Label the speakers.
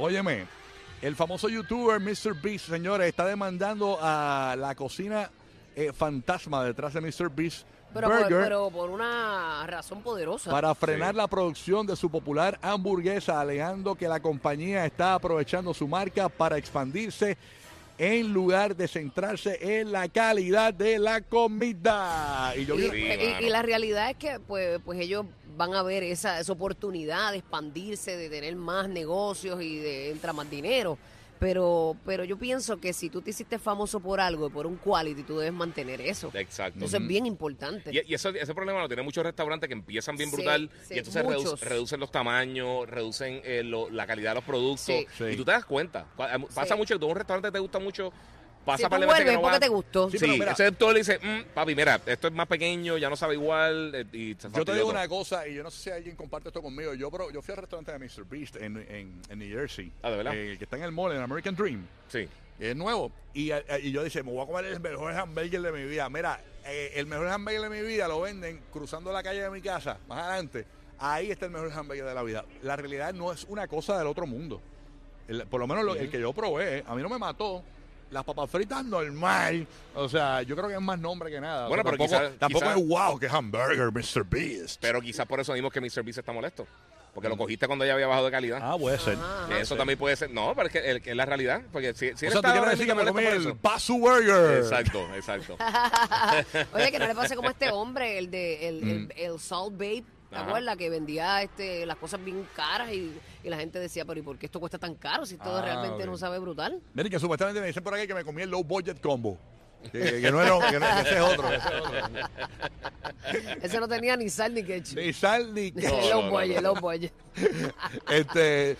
Speaker 1: Óyeme, el famoso youtuber Mr. Beast, señores, está demandando a la cocina eh, fantasma detrás de Mr. Beast
Speaker 2: Pero, por,
Speaker 1: Burger
Speaker 2: pero por una razón poderosa.
Speaker 1: para frenar la producción de su popular hamburguesa, alegando que la compañía está aprovechando su marca para expandirse en lugar de centrarse en la calidad de la comida. Y yo vi-
Speaker 2: Y,
Speaker 3: Sí,
Speaker 2: y- y
Speaker 3: mano.
Speaker 2: la realidad es que pues, pues ellos van a ver esa, esa oportunidad de expandirse, de tener más negocios y de entrar más dinero. Pero, pero yo pienso que si tú te hiciste famoso por algo, por un quality, tú debes mantener eso.
Speaker 3: Exacto.
Speaker 2: Eso es bien importante.
Speaker 3: Y, y eso- ese problema lo tienen muchos restaurantes que empiezan bien
Speaker 2: Sí,
Speaker 3: brutal
Speaker 2: sí,
Speaker 3: y entonces redu-
Speaker 2: muchos.
Speaker 3: reducen los tamaños, reducen eh, lo- la calidad de los productos
Speaker 2: Sí.
Speaker 1: Sí.
Speaker 3: y tú te das cuenta. Cu- a- Pasa
Speaker 2: Sí.
Speaker 3: mucho que tú a un restaurante que te gusta mucho, pasa
Speaker 2: Si tú
Speaker 3: par de veces que
Speaker 2: vuelves
Speaker 3: no
Speaker 2: porque
Speaker 3: vas.
Speaker 2: te gustó.
Speaker 3: Sí,
Speaker 1: Sí, pero mira.
Speaker 3: entonces tú le dices, "Mm, papi, mira, esto es más pequeño, ya no sabe igual. eh, y se
Speaker 1: Yo te
Speaker 3: fastidió
Speaker 1: digo
Speaker 3: todo".
Speaker 1: una cosa, y yo no sé si alguien comparte esto conmigo. Yo, bro, yo fui al restaurante de Mr. Beast en, en- en New Jersey.
Speaker 3: Ah, ¿de verdad?
Speaker 1: Eh, el que está en el mall, en American Dream.
Speaker 3: Sí.
Speaker 1: Es nuevo. Y, eh, y yo dice, me voy a comer el mejor hamburger de mi vida. Mira, eh, el mejor hamburger de mi vida lo venden cruzando la calle de mi casa, más adelante. Ahí está el mejor hamburger de la vida. La realidad no es una cosa del otro mundo. El- por lo menos lo- el que yo probé, eh, a mí no me mató. Las papas fritas normal. O sea, yo creo que es más nombre que nada. O
Speaker 3: Bueno,
Speaker 1: sea,
Speaker 3: pero
Speaker 1: tampoco,
Speaker 3: quizá-
Speaker 1: tampoco
Speaker 3: quizá-
Speaker 1: es wow que hamburger, Mr. Beast.
Speaker 3: Pero quizás por eso mismo es que mi servicio está molesto. Porque lo cogiste cuando ya había bajado de calidad.
Speaker 1: Mm. Ah, puede ser.
Speaker 2: Ah,
Speaker 3: Que eso también puede ser. No, pero es que el- que es la realidad. Porque si, si
Speaker 1: O
Speaker 3: él
Speaker 1: sea, tú
Speaker 3: está
Speaker 1: quieres
Speaker 3: ahora
Speaker 1: decir que
Speaker 3: mismo
Speaker 1: me comí
Speaker 3: molesto
Speaker 1: el
Speaker 3: por
Speaker 1: Basu
Speaker 3: eso.
Speaker 1: Burger.
Speaker 3: Exacto, exacto.
Speaker 2: Oye, que no le pase como a este hombre, el de el, el- el Salt Babe, ¿te
Speaker 3: Ajá.
Speaker 2: acuerdas? Que vendía este, las cosas bien caras y, y la gente decía, pero ¿y por qué esto cuesta tan caro si todo
Speaker 1: Ah,
Speaker 2: realmente
Speaker 1: ok.
Speaker 2: no sabe brutal?
Speaker 1: Miren que supuestamente me dicen por aquí que me comí el low budget combo. Que, que no era, que no- que ese es otro. ese es otro.
Speaker 2: Ese no tenía ni sal ni ketchup.
Speaker 1: Ni sal ni
Speaker 2: Los
Speaker 1: queso.
Speaker 3: no, no,
Speaker 2: bueyes,
Speaker 3: no.
Speaker 2: los bueyes.
Speaker 1: Este,